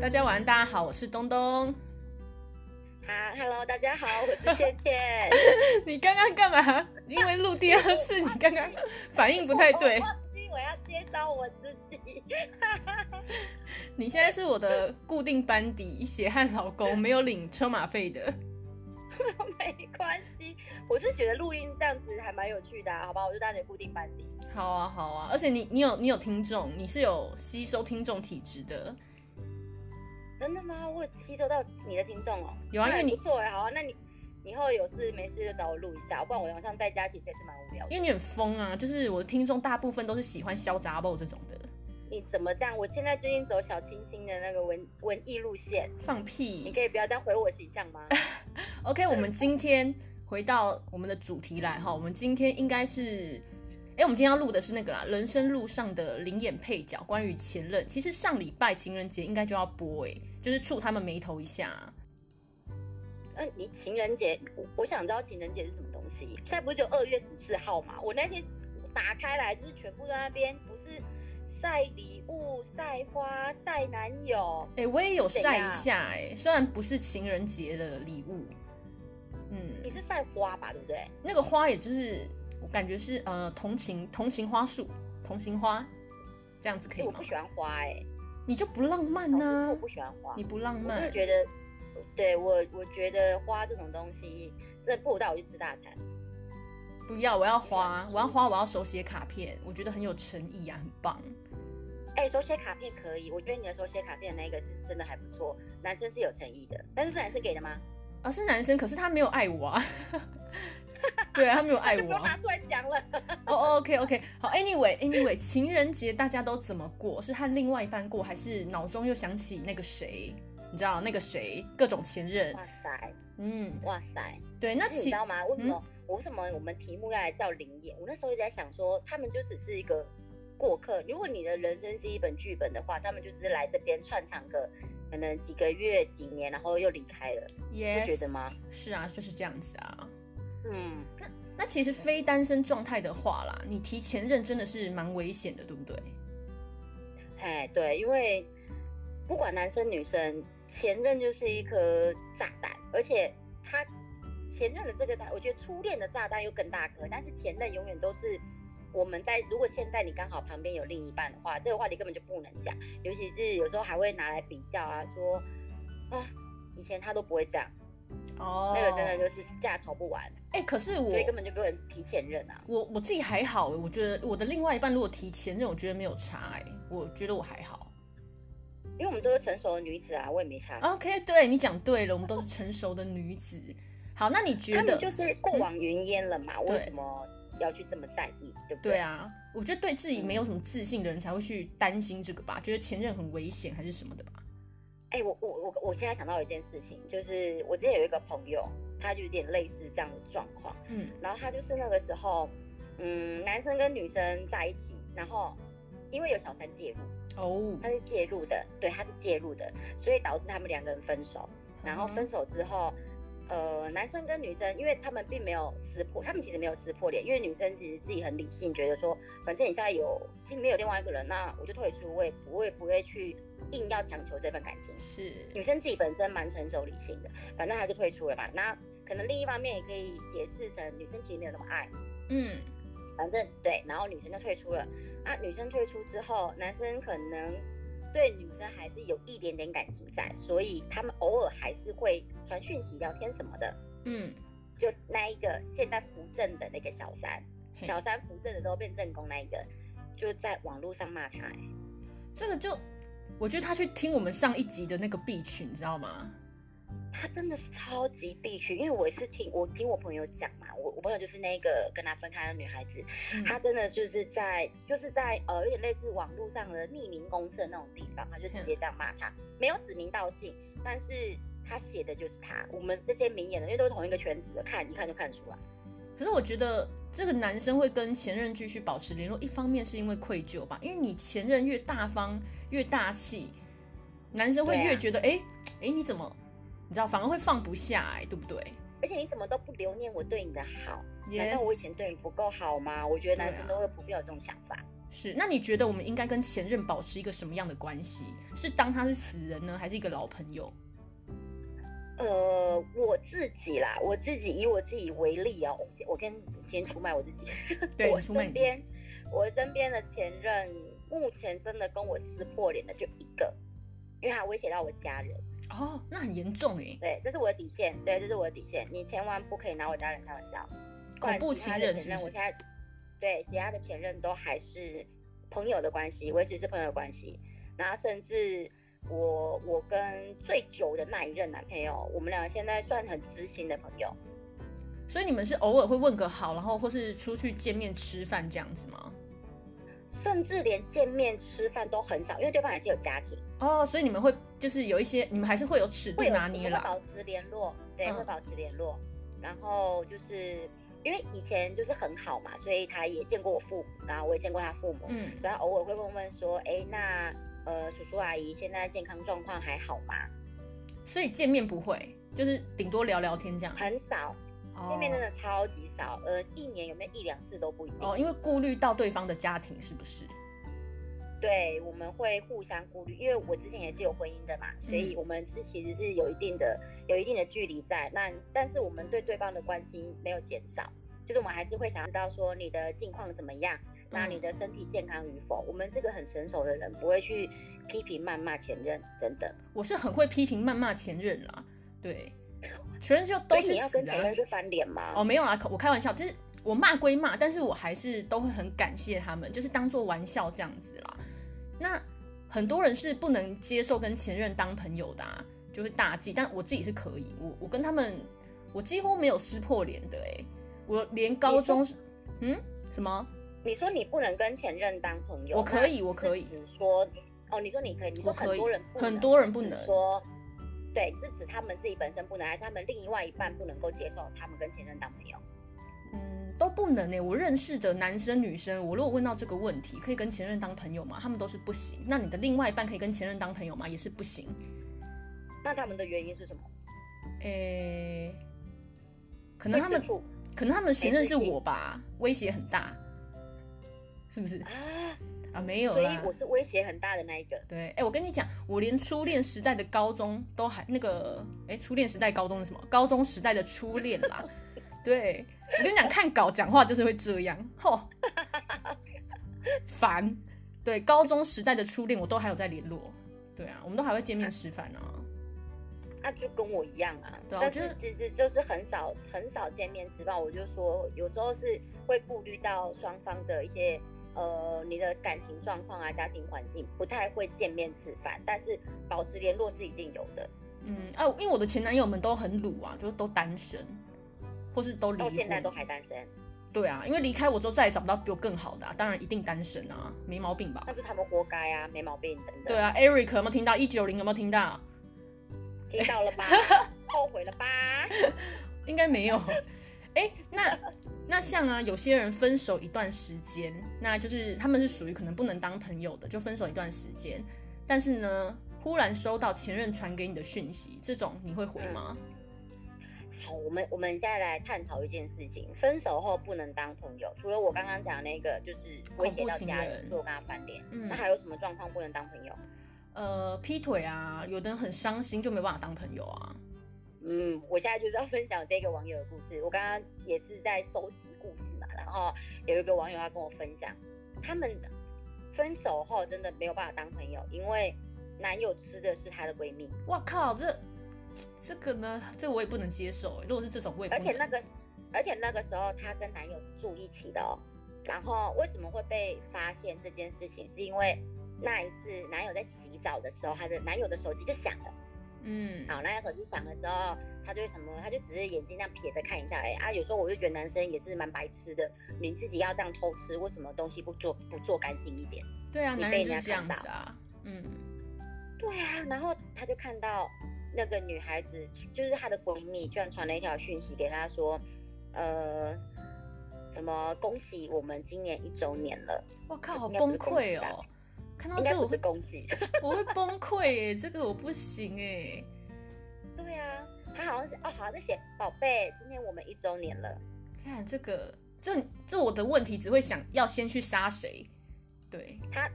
大家晚安，大家好，我是东东。啊，Hello，大家好，我是倩倩。 你刚刚干嘛？因为录第二次，你刚刚反 应不太对我。忘记我要介绍我自己。 你现在是我的固定班底，血汗老公，没有领车马费的。没关系，我是觉得录音这样子还蛮有趣的、啊，好吧？我就当你的固定班底。好啊，好啊，而且你你有你有听众，你是有吸收听众体质的。真的吗？我有吸收到你的听众哦。有啊那因为你不错哎、好啊，那你以后有事没事就找我录一下，不然我好像在家其实也是蛮无聊的因。为你很疯啊，就是我的听众大部分都是喜欢小杂爆这种的，你怎么这样？我现在最近走小清新的那个文文艺路线，放你屁。可以不要这样毁我形象吗？ OK，我们今天回到我们的主题来嗯哈，我们今天应该是，哎、我们今天要录的是那个啦，人生路上的灵眼配角，关于前任。其实上礼拜情人节应该就要播、哎，就是触他们眉头一下。那呃你情人节，我我想知道情人节是什么东西？现在不是只有二月十四号嘛？我那天打开来就是全部都在那边，不是晒礼物、晒花、晒男友，哎、我也有怎晒一样下、哎，虽然不是情人节的礼物，嗯，你是晒花吧？对不对？那个花也就是我感觉是呃同情同情花束，同情花这样子可因以为我吗不？喜欢花哎、欸，你就不浪漫老实呐、说我不喜欢嗯花，啊你不浪我真的漫。觉得，对我我觉得花这种东西，真的不如带我去吃大餐。不要，我要花，我要花，我要手写卡片，我觉得很有诚意啊，很棒。哎、手写卡片可以，我觉得你的手写卡片的那个是真的还不错，男生是有诚意的，但是是男生给的吗？啊，是男生，可是他没有爱我啊。 对啊，他没有爱 就不我、用拿啊。出来讲了。哦、o k OK，好，Anyway，Anyway，情人节大家都怎么过？是和另外一半过，还是脑中又想起那个谁？你知道那个谁，各种前任。哇塞，嗯，哇塞！对，那但是你知其嗯道吗？为什么、我为什么我们题目要来叫灵眼？我那时候一直在想说，他们就只是一个过客。如果你的人生是一本剧本的话，他们就只是来这边串场个可能几个月、几年，然后又离开了，不觉得 Yes，吗？是啊，就是这样子啊。嗯，那其实非单身状态的话啦，你提前任真的是蛮危险的，对不对？哎，对，因为不管男生女生，前任就是一颗炸弹，而且他前任的这个炸，我觉得初恋的炸弹又更大颗，但是前任永远都是我们在，如果现在你刚好旁边有另一半的话，这个话题根本就不能讲，尤其是有时候还会拿来比较啊，说啊，以前他都不会这样，哦那个真的就是架吵不完，哎、可是我所以根本就不能提前任啊。我我自己还好、欸，我觉得我的另外一半如果提前任，我觉得没有差、欸，我觉得我还好。因为我们都是成熟的女子啊，我也没差。 OK，对你讲对了，我们都是成熟的女子。好，那你觉他得嗯们？就是过往云烟了嘛，对为什么要去这么在意，对不对啊，我觉得对自己没有什么自信的人才会去担心这个吧，觉得前任很危险还是什么的吧。哎、我我我我现在想到一件事情，就是我之前有一个朋友，他就有点类似这样的状况，嗯，然后他就是那个时候，嗯，男生跟女生在一起，然后因为有小三介入，哦，他是介入的，对，他是介入的，所以导致他们两个人分手。嗯然后分手之后，呃，男生跟女生，因为他们并没有撕破，他们其实没有撕破脸，因为女生其实自己很理性，觉得说，反正你现在有心里面有另外一个人，那我就退出，我也不会不会去硬要强求这份感情。是女生自己本身蛮成熟理性的，反正还是退出了嘛。那可能另一方面也可以解释成女生其实没有那么爱你嗯，反正对，然后女生就退出了。那女生退出之后，男生可能对女生还是有一点点感情在，所以他们偶尔还是会传讯息、聊天什么的。嗯，就那一个现在扶正的那个小三，嘿小三扶正的时候变正宫那一个，就在网络上骂他、欸这个就我觉得他去听我们上一集的那个 B 群，你知道吗？他真的是超级必须，因为我是听我听我朋友讲嘛，我我朋友就是那个跟他分开的女孩子，嗯她真的就是在就是在呃有点类似网络上的匿名公社那种地方，她就直接这样骂他，没有指名道姓，但是他写的就是他，我们这些名言的，因为都是同一个圈子的，看一看就看出来。可是我觉得这个男生会跟前任继续保持联络，一方面是因为愧疚吧，因为你前任越大方越大气，男生会对啊越觉得哎哎、诶你怎么，你知道反而会放不下哎、对不对？而且你怎么都不留念我对你的好难 Yes 道我以前对你不够好吗？我觉得男生都会普遍有这种想法。是，那你觉得我们应该跟前任保持一个什么样的关系？是当他是死人呢，还是一个老朋友？呃，我自己啦，我自己以我自己为例哦，我跟先出卖我自己， 对我出卖身你自己边我身边的前任，目前真的跟我撕破脸的就一个，因为他威胁到我家人，哦，那很严重哎，对，这是我的底线，对，这是我的底线，你千万不可以拿我家人开玩笑。不恐然怖其情他的人前是任，不我是现？在对其他的前任都还是朋友的关系，维持是朋友的关系。然后甚至我我跟最久的那一任男朋友，我们俩现在算很知心的朋友。所以你们是偶尔会问个好，然后或是出去见面吃饭这样子吗？甚至连见面吃饭都很少，因为对方也是有家庭，哦，所以你们会就是有一些，你们还是会有尺度会有拿我们捏会啦。保持联络，对，嗯会保持联络。然后就是因为以前就是很好嘛，所以他也见过我父母，然后我也见过他父母，嗯，然后偶尔会问问说，哎，那呃叔叔阿姨现在健康状况还好吗？所以见面不会，就是顶多聊聊天这样。很少，哦见面真的超级少，呃，一年有没有一两次都不一定。哦，因为顾虑到对方的家庭是不是？对，我们会互相顾虑，因为我之前也是有婚姻的嘛，嗯所以我们是其实是有一定的有一定的距离在。那但是我们对对方的关心没有减少，就是我们还是会想知道说你的近况怎么样，嗯那你的身体健康与否。我们是个很成熟的人，不会去批评谩骂前任，真的。嗯我是很会批评谩骂前任啦， 对，前任就都所以去你要死跟前啊任！是翻脸吗？哦，没有啦，我开玩笑，就是我骂归骂，但是我还是都会很感谢他们，就是当做玩笑这样子啦。那很多人是不能接受跟前任当朋友的、啊，就是大忌，但我自己是可以，我我跟他们我几乎没有撕破脸的诶、我连高中是嗯什么你说你不能跟前任当朋友，我可以那是我可以只说哦，你说你可以，你说我可很以多人不能，很多人不能是指说，对，是指他们自己本身不能，还是他们另外一半不能够接受他们跟前任当朋友？嗯，都不能呢、我认识的男生女生，我如果问到这个问题，可以跟前任当朋友吗？他们都是不行。那你的另外一半可以跟前任当朋友吗？也是不行。那他们的原因是什么？诶、呃可能他们会吃醋可能他们前任是我吧，威胁很大，是不是啊，啊？没有所以啦我。是威胁很大的那一个。对，哎、我跟你讲，我连初恋时代的高中都还那个，哎、初恋时代高中是什么？高中时代的初恋 啦。对，我跟你讲，看稿讲话就是会这样，吼，烦。对，高中时代的初恋我都还有在联络，对啊，我们都还会见面吃饭啊。那就跟我一样啊，对啊但我觉是得其实就是很少很少见面吃饭。我就说有时候是会顾虑到双方的一些呃你的感情状况啊、家庭环境，不太会见面吃饭，但是保持联络是一定有的。嗯，啊，因为我的前男友们都很鲁啊，就是都单身，或是都离到婚，哦现在都还单身，对啊，因为离开我之后再也找不到比我更好的、啊，当然一定单身啊，没毛病吧那？就他们活该啊，没毛病等等。对，啊，Eric 有没有听到？一九零有没有听到？听 到了吧？后悔了吧？应该没有。 哎、那那像啊，有些人分手一段时间，那就是他们是属于可能不能当朋友的，就分手一段时间。但是呢，忽然收到前任传给你的讯息，这种你会回吗？嗯好，我们我们现在来探讨一件事情：分手后不能当朋友。除了我刚刚讲的那个，就是威恐胁怖到情家人人，所以我跟他翻脸。嗯那还有什么状况不能当朋友？呃，劈腿啊，有的人很伤心就没办法当朋友啊。嗯，我现在就是要分享这个网友的故事。我刚刚也是在收集故事嘛，然后有一个网友要跟我分享，他们分手后真的没有办法当朋友，因为男友吃的是她的闺蜜，哇靠，这这个呢，这我也不能接受、欸如果是这种，我也不而能。且那个，而且那个时候她跟男友是住一起的哦。然后为什么会被发现这件事情，是因为那一次男友在洗澡的时候，她的男友的手机就响了。嗯，好，那他手机响了之后，他就会什么，他就只是眼睛这样瞥着看一下，哎、啊，有时候我就觉得男生也是蛮白痴的，你自己要这样偷吃，为什么东西不做不做干净一点？对啊，你男被人人就是家这样看到子啊。嗯，对啊，然后他就看到那个女孩子，就是她的闺蜜，居然传了一条讯息给她说，呃，什么恭喜我们今年一周年了，我靠，好应该不崩是恭喜溃哦吧。看到应该这不我是会恭喜， 我会崩溃哎，这个我不行哎。对啊，他好像是哦，好像在写宝贝，今天我们一周年了。看这个，这这我的问题只会想要先去杀谁，对，他，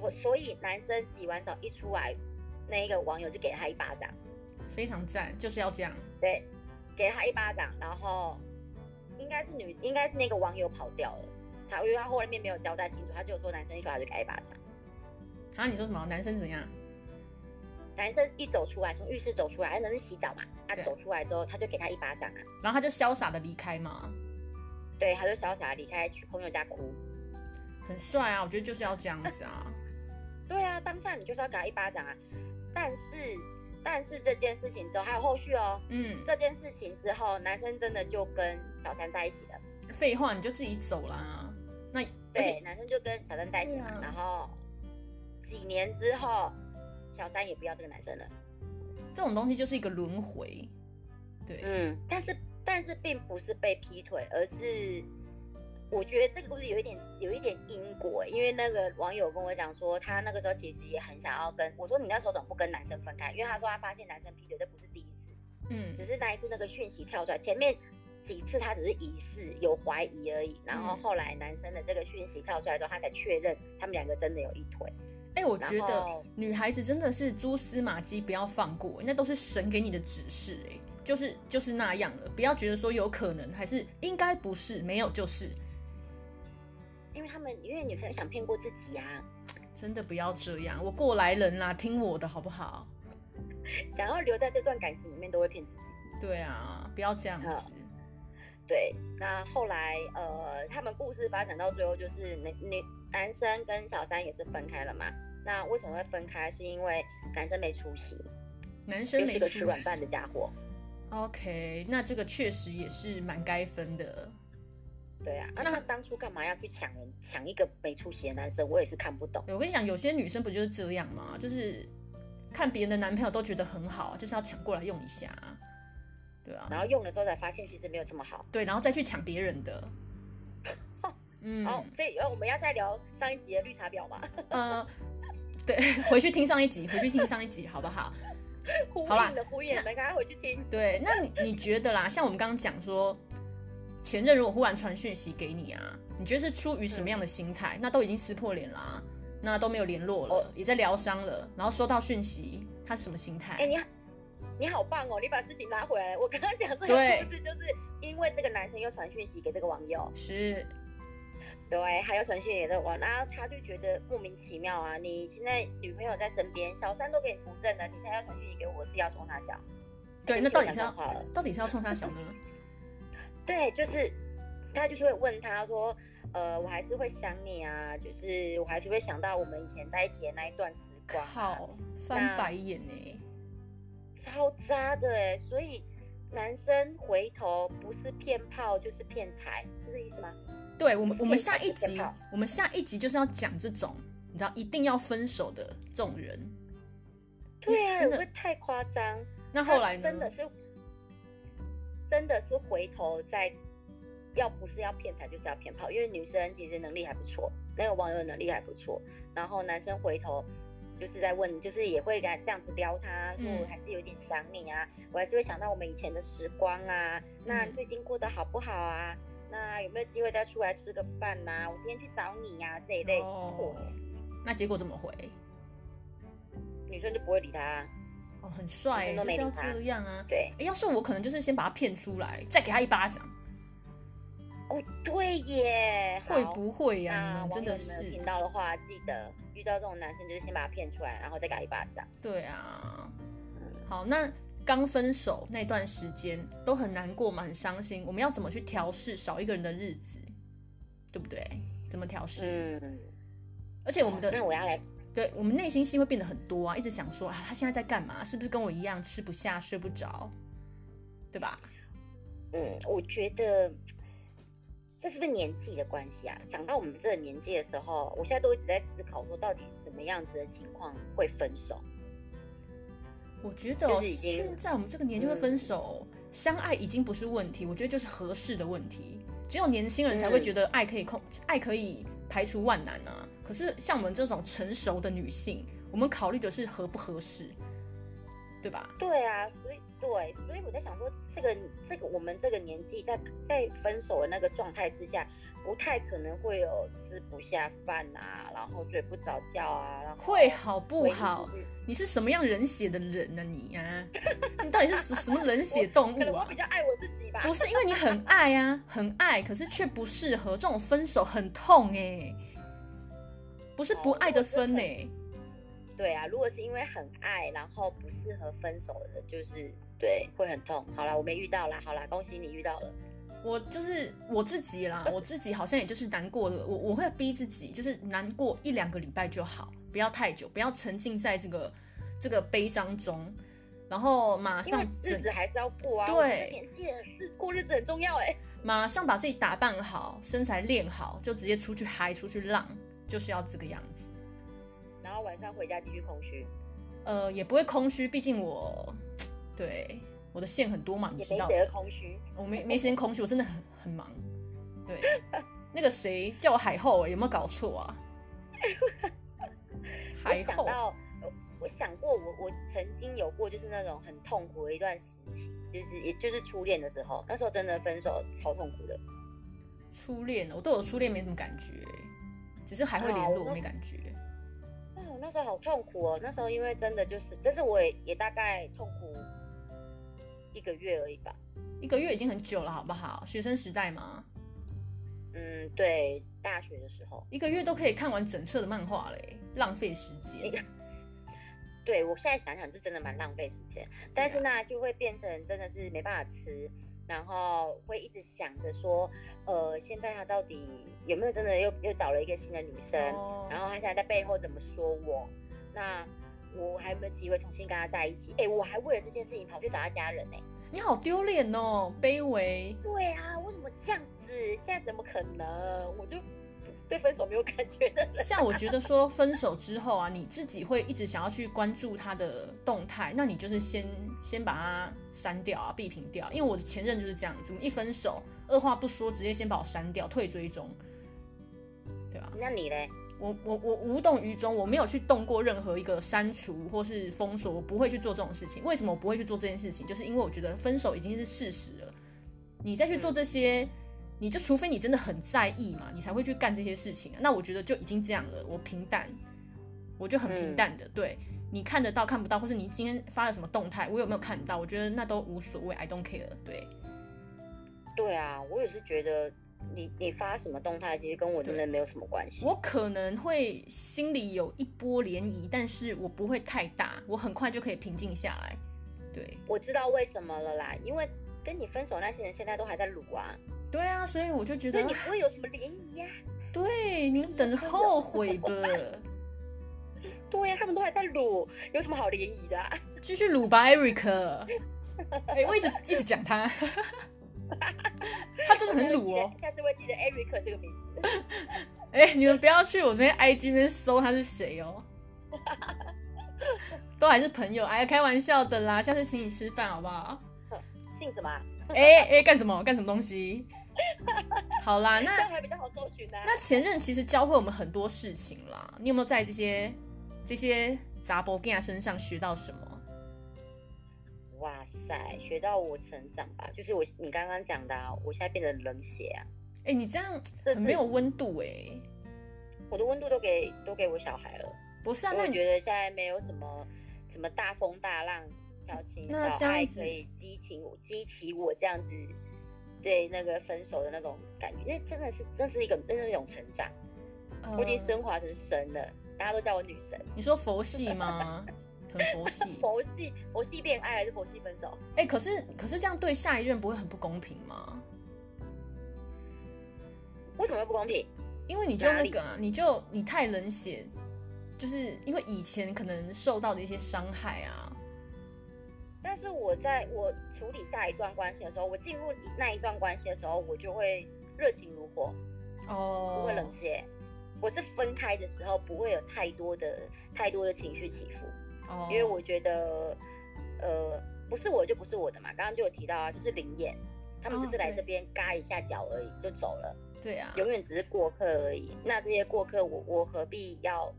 我所以男生洗完澡一出来，那一个网友就给他一巴掌，非常赞，就是要这样。对，给他一巴掌，然后应该是女，应该是那个网友跑掉了，他因为他后面没有交代清楚，他就说男生一出来就给他一巴掌，啊，你说什么？男生怎样？男生一走出来，从浴室走出来，那是洗澡嘛，他对走出来之后，他就给他一巴掌啊，然后他就潇洒的离开嘛，对，他就潇洒地离开，去朋友家哭。很帅啊，我觉得就是要这样子啊。对啊，当下你就是要给他一巴掌啊。但是，但是这件事情之后还有后续哦。嗯，这件事情之后，男生真的就跟小三在一起了。废话，你就自己走啦。那而对，且男生就跟小三在一起嘛。对啊然后几年之后，小三也不要这个男生了。这种东西就是一个轮回，对，嗯，但是但是并不是被劈腿，而是我觉得这个故事有一点有一点因果，欸因为那个网友跟我讲说，他那个时候其实也很想要跟我说，你那时候怎么不跟男生分开？因为他说他发现男生劈腿这不是第一次。嗯只是那一次那个讯息跳出来，前面几次他只是疑似有怀疑而已，然后嗯后来男生的这个讯息跳出来之后，他才确认他们两个真的有一腿。哎、我觉然得后女孩子真的是蛛丝马迹，不要放过，那都是神给你的指示、哎，就是就是那样了，不要觉得说有可能，还是应该不是，没有就是，因为他们因为女生想骗过自己啊，真的不要这样，我过来人啦、听我的好不好？想要留在这段感情里面都会骗自己。对啊，不要这样子好，对，那后来呃，他们故事发展到最后就是男女男生跟小三也是分开了嘛。那为什么会分开？是因为男生没出息，男生就没是出个吃息。软饭的家伙。 OK，那这个确实也是蛮该分的。对啊，啊那那当初干嘛要去抢人抢一个没出息的男生？我也是看不懂。我跟你讲，有些女生不就是这样吗？就是看别人的男朋友都觉得很好，啊就是要抢过来用一下，啊对啊，然后用了之后才发现其实没有这么好。对，然后再去抢别人 的。嗯，哦，所以呃，我们要再聊上一集的绿茶婊嘛？呃，对， 回去听上一集，回去听上一集，好不好？ 呼好啦应的呼应，你们赶快回去听。对，那你你觉得啦？像我们刚刚讲说，前任如果忽然传讯息给你啊，你觉得是出于什么样嗯的心态？那都已经撕破脸啦、那都没有联络了，哦也在疗伤了，然后收到讯息，他是什么心态？哎、你好，你好棒哦，你把事情拉回来了。我刚刚讲这对个故事，就是因为这个男生又传讯息给这个网友，是，对，还有传讯息给这个网友，然后他就觉得莫名其妙啊！你现在女朋友在身边，小三都给你扶正了，你现在要传讯息给我是要冲他笑？对，哎那对不到起底是我要讲错话了到底是要冲他 小呢？对，就是他就是会问他说，呃，我还是会想你啊，就是我还是会想到我们以前在一起的那一段时光、啊。靠，翻白眼呢、超渣的哎、所以男生回头不是骗炮就是骗财，是这意思吗？对我们，我们这下个一这个集好，我们下一集就是要讲这种，你知道一定要分手的这种人。对啊，真的会不会太夸张？那后来呢？他真的是，真的是回头再，要不是要骗财就是要骗炮，因为女生其实能力还不错，那个网友的能力还不错，然后男生回头。就是在问，就是也会给他这样子撩他，说嗯我还是有点想你啊，我还是会想到我们以前的时光啊，那你嗯最近过得好不好啊？那有没有机会再出来吃个饭呐、我今天去找你呀、这一类，哦，那结果怎么回？女生就不会理他啊、哦，很帅、欸，女就生都是没要理他这样啊。对，欸要是我，可能就是先把他骗出来，再给他一巴掌，哦，对耶，会好不会呀、那啊你们网真友的们有是听，到的话，记得遇到这种男生就是先把他骗出来，然后再给他一巴掌。对啊。好，那刚分手那段时间都很难过嘛，很伤心。我们要怎么去调试少一个人的日子，对不对？怎么调试？嗯，而且我们的那我要来，对我们内心戏会变得很多啊，一直想说啊，他现在在干嘛？是不是跟我一样吃不下、睡不着，对吧？嗯，我觉得这是不是年纪的关系啊？长到我们这个年纪的时候，我现在都一直在思考说，到底什么样子的情况会分手？我觉得、哦、就是已经嗯现在我们这个年纪会分手，相爱已经不是问题，我觉得就是合适的问题。只有年轻人才会嗯觉得爱可以控，爱可以排除万难啊。可是像我们这种成熟的女性，我们考虑的是合不合适，对吧？对啊，所以对，所以我在想说，这个这个我们这个年纪在在分手的那个状态之下，不太可能会有吃不下饭啊，然后睡不着觉啊，然后会好不唯一就好？是你是什么样人血的人呢、你啊，你到底是什么人血动可能物我啊比？较爱我自己吧。不是因为你很爱啊，很爱，可是却不适合这种分手很痛哎、不是哦不爱的分哎、对啊，如果是因为很爱，然后不适合分手的，就是对会很痛。好啦，我没遇到啦，好啦，恭喜你遇到了。我就是我自己啦，我自己好像也就是难过的，我我会逼自己，就是难过一两个礼拜就好，不要太久，不要沉浸在这个这个悲伤中，然后马因为上日整子还是要过啊，对我们这年纪了，日过日子很重要哎、马上把自己打扮好，身材练好，就直接出去嗨，出去浪，就是要这个样子。然后晚上回家继续空虚，呃，也不会空虚，毕竟我对我的线很多嘛，你也知没道得的。空虚。我没没时间空虚，我真的很很忙。对， 那个谁叫我海后、欸，有没有搞错啊？我海想后，到，呃我想过我我曾经有过就是那种很痛苦的一段时期，就是也就是初恋的时候，那时候真的分手超痛苦的。初恋，我对我初恋没什么感觉、只是还会联络，我没感觉。哎呦，那时候好痛苦哦！那时候因为真的就是，但是我也也大概痛苦一个月而已吧。一个月已经很久了，好不好？学生时代嘛，嗯，对，大学的时候，一个月都可以看完整册的漫画嘞，浪费时间。对我现在想想是真的蛮浪费时间，但是呢，就会变成真的是没办法吃，然后会一直想着说，呃，现在他到底有没有真的又又找了一个新的女生，哦然后他现在在背后怎么说我，那我还有没有机会重新跟他在一起？哎，我还为了这件事情跑去找他家人呢、你好丢脸哦，卑微。对啊，为什么这样子？现在怎么可能？我就对分手没有感觉的人。像我觉得说分手之后啊，你自己会一直想要去关注他的动态，那你就是先先把它删掉啊，避屏掉。因为我的前任就是这样子，我们一分手，二话不说，直接先把我删掉，退追踪，对吧、那你嘞？我我我无动于衷，我没有去动过任何一个删除或是封锁，我不会去做这种事情。为什么我不会去做这件事情？就是因为我觉得分手已经是事实了，你再去做这些，你就除非你真的很在意嘛，你才会去干这些事情啊、那我觉得就已经这样了，我平淡，我就很平淡的。对你看得到看不到，或是你今天发了什么动态，我有没有看到？我觉得那都无所谓，I don't care。对，对啊，我也是觉得你你发什么动态，其实跟我真的没有什么关系。我可能会心里有一波涟漪，但是我不会太大，我很快就可以平静下来。对，我知道为什么了啦，因为跟你分手那些人现在都还在撸啊，对啊，所以我就觉所以得你，不会有什么啊涟漪呀、对，你们等着后悔吧，对啊呀、他们都还在撸，有什么好涟漪的、啊？继续鲁吧，Eric。哎、我一直一直讲他， 他真的很鲁 哦。下次会记得 Eric 这个名字。 哎、你们不要去我那些 IG 那边搜他是谁哦，都还是朋友，哎呀，开玩笑的啦，下次请你吃饭好不好？姓什么啊？哎、 哎、干什么干什么东西？ 好啦，这那样还比较好搜寻呢、啊。那前任其实教会我们很多事情啦，你有没有在这些这些杂博 gay 身上学到什么？哇塞，学到我成长吧，就是我你刚刚讲的、啊，我现在变得冷血啊。哎、你这样这是很没有温度哎、我的温度都给都给我小孩了，不是啊，所以那我你觉得现在没有什么什么大风大浪、小情那这小样爱子可以激起我激起我这样子对那个分手的那种感觉，那真的是真是一个真是一种成长，呃我已经升华成神了，大家都叫我女神。你说佛系吗？很佛系。 佛系佛系恋爱还是佛系分手？哎、可是可是这样对下一任不会很不公平吗？为什么会不公平？因为你就那个、啊，你就你太冷血，就是因为以前可能受到的一些伤害啊，但是我在我处理下一段关系的时候，我进入那一段关系的时候，我就会热情如火，不哦会冷血。我是分开的时候不会有太多的太多的情绪起伏，哦，因为我觉得，呃，不是我就不是我的嘛。刚刚就有提到啊，就是灵眼，他们哦就是来对这边嘎一下脚而已就走了，对啊，永远只是过客而已。那这些过客我，我何必要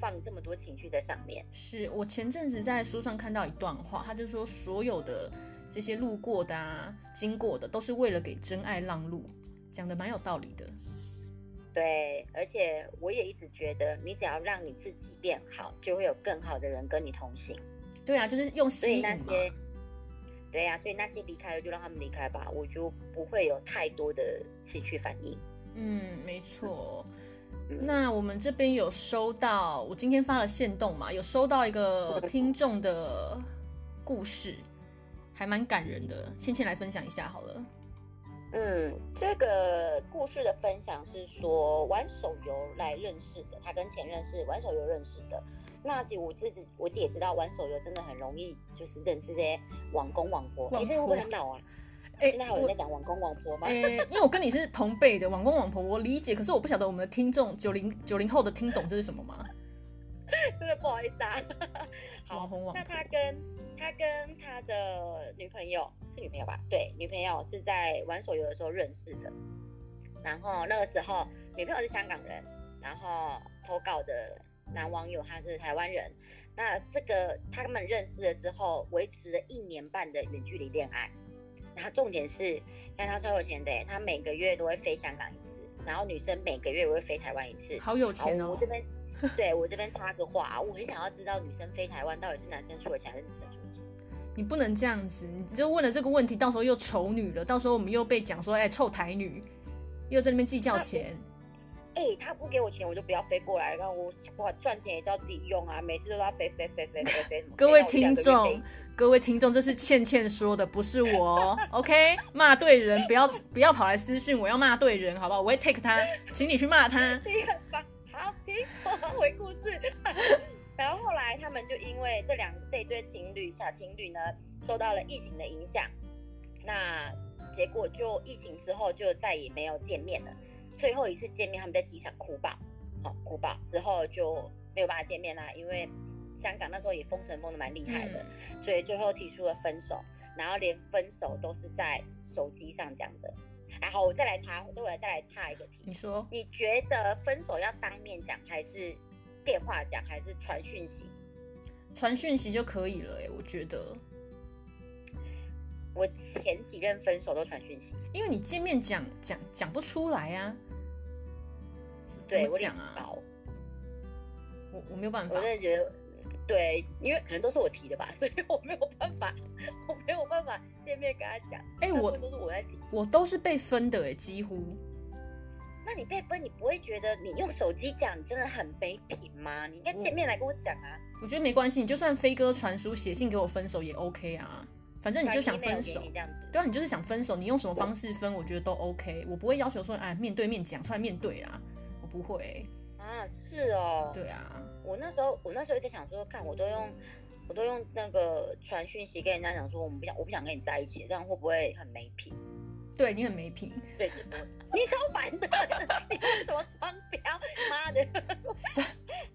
放这么多情绪在上面？是我前阵子在书上看到一段话，他就说所有的这些路过的啊、经过的，都是为了给真爱让路。讲的蛮有道理的。对，而且我也一直觉得，你只要让你自己变好，就会有更好的人跟你同行。对啊，就是用所吸以引那嘛。些，对啊呀、所以那些离开了就让他们离开吧，我就不会有太多的情绪反应。嗯，没错。嗯那我们这边有收到，我今天发了线动嘛，有收到一个听众的故事，还蛮感人的。倩倩来分享一下好了。嗯，这个故事的分享是说玩手游来认识的，他跟前任是玩手游认识的。那其实我自己我自己也知道，玩手游真的很容易就是认识这些网工网婆。网你、这个会不会很老啊？哎、现在还有人我在讲网工网婆吗？哎、因为我跟你是同辈的，网公网婆，我理解。可是我不晓得我们的听众九零九零后的听懂这是什么吗？真的不好意思啊。好网红，网那他跟他跟他的女朋友是女朋友吧？对，女朋友是在玩手游的时候认识的。然后那个时候，女朋友是香港人，然后投稿的男网友他是台湾人。那这个他们认识了之后，维持了一年半的远距离恋爱。然后重点是，看他超有钱的，欸他每个月都会飞香港一次，然后女生每个月也会飞台湾一次。好有好，钱我哦这！边对我这边插个话，我很想要知道女生飞台湾到底是男生出的钱还是女生出的钱。你不能这样子，你就问了这个问题，到时候又丑女了，到时候我们又被讲说，哎、臭台女，又在那边计较 钱。哎、他不给我钱，我就不要飞过来。然后我我赚钱也是要自己用啊，每次都要飞飞飞飞飞飞什么飞。各位到我两听个月众飞，各位听众，这是倩倩说的，不是我 哦。OK，骂对人，不要不要跑来私讯，我要骂对人，好不好？我会 take 他，请你去骂他。 你很烦。好，停，我要回故事。然后后来他们就因为这两这一对情侣小情侣呢，受到了疫情的影响，那结果就疫情之后就再也没有见面了。最后一次见面，他们在机场哭爆，好、哭爆之后就没有办法见面啦，因为香港那时候也封城封的蛮厉害的，所以最后提出了分手，然后连分手都是在手机上讲的。然后我再来插，我再来插一个题，你说，你觉得分手要当面讲，还是电话讲，还是传讯息？传讯息就可以了、哎，我觉得，我前几任分手都传讯息，因为你见面讲讲讲不出来啊，怎对么我脸讲啊？薄，我我没有办法我，真的觉得。对，因为可能都是我提的吧，所以我没有办法， 我没有办法见面跟他讲。哎、大部我分都是我在提。我都是被分的、哎，几乎。那你被分，你不会觉得你用手机讲，你真的很没品吗？你应该见面来跟我讲啊。我觉得没关系，你就算飞哥传书写信给我分手也 OK 啊，反正你就想传 email 分给手你。这样子。对啊，你就是想分手，你用什么方式分，我觉得都 OK。我不会要求说，哎，面对面讲出来面对啦，我不会。啊，是哦。对啊，我那时候，我那时候一直想说，看我都用，我都用那个传讯息跟人家讲说，我们不想，我不想跟你在一起，这样会不会很没品？对你很没品，对，是不会。你超烦的，你是什么双标？妈的！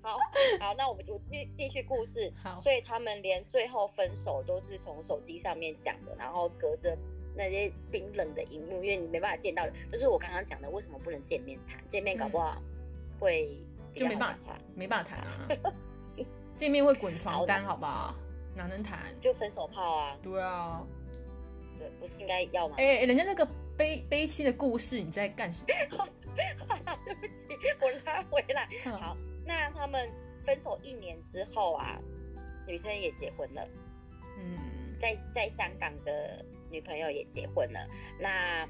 好好，那我们我继继续故事。好所以他们连最后分手都是从手机上面讲的，然后隔着那些冰冷的荧幕，因为你没办法见到人。就是我刚刚讲的，为什么不能见面谈？见面搞不好会比较嗯就没好办讲话。没办法谈 啊。见面会滚床单，好好不好？哪能谈？就分手炮啊，对啊，对，不是应该要吗？哎、人家那个悲悲戚的故事，你在干什么？ 对不起，我拉回来。哼好那他们分手一年之后啊，女生也结婚了，嗯，在在香港的女朋友也结婚了。那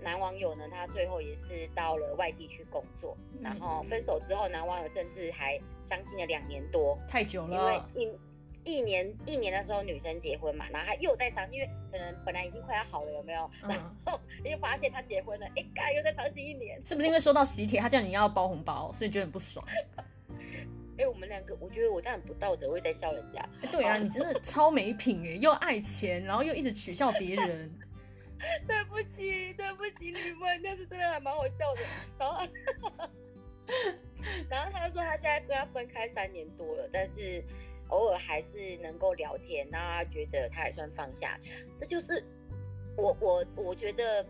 男网友呢，他最后也是到了外地去工作，嗯然后分手之后，男网友甚至还相亲了两年多，太久因为了，一一年一年的时候女生结婚嘛，然后他又在伤，因为可能本来已经快要好了，有没有？嗯，又发现他结婚了，哎，干又在伤心一年。是不是因为收到喜帖，他叫你要包红包，所以觉得很不爽？哎、我们两个，我觉得我这样很不道德，我也在笑人家。 哎对啊，你真的超没品哎、又爱钱，然后又一直取笑别人。对不起，对不起，你们，但是真的还蛮好笑的。然后， 然后他就说他现在跟他分开三年多了，但是偶尔还是能够聊天，然后他觉得他也算放下。这就是我我我觉得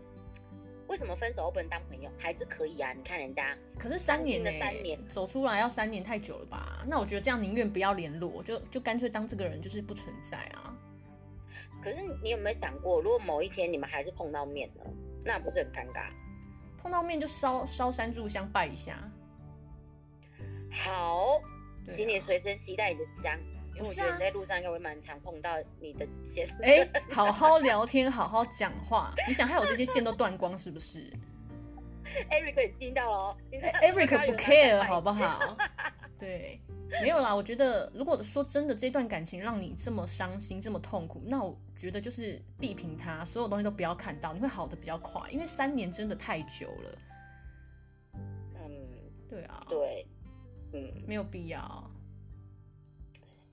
为什么分手后不能当朋友，还是可以啊？你看人家可 是三年呢、伤心了三年走出来要三年太久了吧？那我觉得这样宁愿不要联络，就就干脆当这个人就是不存在 啊。可是你有没有想过，如果某一天你们还是碰到面了，那不是很尴尬？碰到面就烧烧山炷香拜一下。好，对啊请你随身携带你的香，因为不我是觉得啊你在路上应该会蛮常碰到你的钱。 哎、好好聊天，好好讲话。你想害我这些线都断光是不是 Eric，你听到了哦？你知道哎？Eric 他有不拿 care 在好不好？ 对，没有啦。我觉得如果说真的这段感情让你这么伤心、这么痛苦，那我觉得就是避平它，所有东西都不要看到，你会好的比较快。因为三年真的太久了。嗯，对啊，对，嗯，没有必要。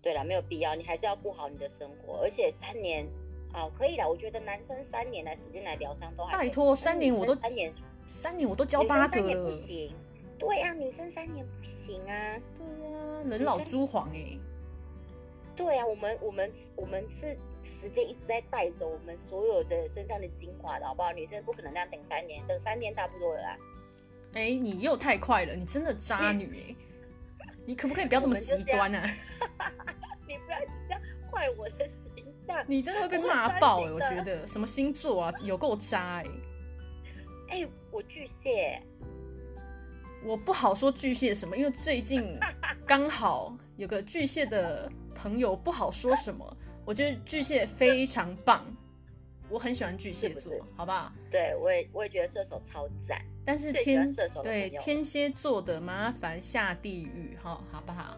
对了，没有必要，你还是要顾好你的生活，而且三年。好，可以了。我觉得男生三年来时间来疗伤都还可以拜托三年我都女生三年三年我都交八个女生三年不了，行。对呀、啊，女生三年不行啊。对啊，人老珠黄哎、对啊，我们我们我们是时间一直在带走我们所有的身上的精华的，好不好？女生不可能这样等三年，等三年差不多了啦。哎、你又太快了，你真的渣女哎、你可不可以不要这么极端啊？你不要这样坏我的形象。你真的会被骂爆哎、我我很担心觉的得什么星座啊，有够渣哎、哎、我巨蟹，我不好说巨蟹什么，因为最近刚好有个巨蟹的朋友，不好说什么。我觉得巨蟹非常棒，我很喜欢巨蟹座，是不好不好？对我也我也觉得射手超赞。但是最喜欢天射手的对朋友天蝎座的麻烦下地狱哈，好不好？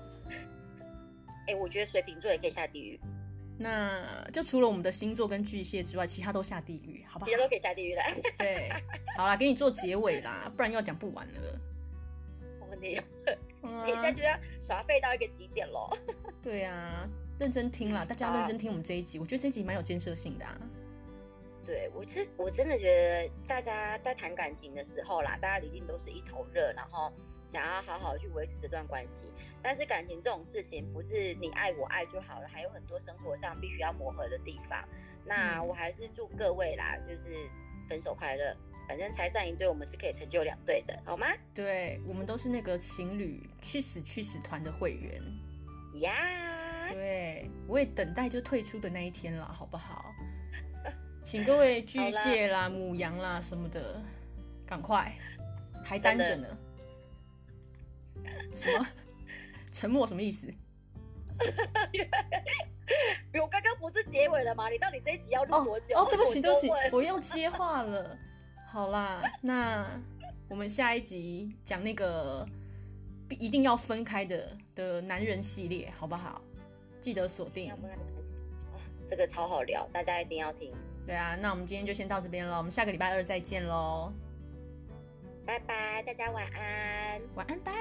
哎、我觉得水瓶座也可以下地狱，那就除了我们的星座跟巨蟹之外，其他都下地狱，好不好其？他都可以下地狱了。 对，好啦，给你做结尾啦，不然又要讲不完了。我你嗯等一下啊，就要耍废到一个极点喽。对啊，认真听啦，大家要啊认真听我们这一集，我觉得这一集蛮有建设性的啊。对我是我真的觉得大家在谈感情的时候啦，大家一定都是一头热，然后想要好好去维持这段关系。但是感情这种事情，不是你爱我爱就好了，还有很多生活上必须要磨合的地方。那嗯我还是祝各位啦，就是分手快乐。反正拆散一对，我们是可以成就两对的，好吗？对，我们都是那个情侣去死去死团的会员，呀、对，我也等待就退出的那一天啦，好不好？请各位巨蟹啦、母羊啦什么的，赶快，还单着呢。什么？沉默什么意思？我刚刚不是结尾了吗？你到底这一集要 录哦多久？哦，对不起， 我对就不起 问，我又接话了。 好啦，那我们下一集讲那个必一定要分开的的男人系列，好不好？记得锁定要。不然啊这个超好聊，大家一定要听。对啊，那我们今天就先到这边了，我们下个礼拜二再见喽，拜拜，大家晚安。晚安，拜。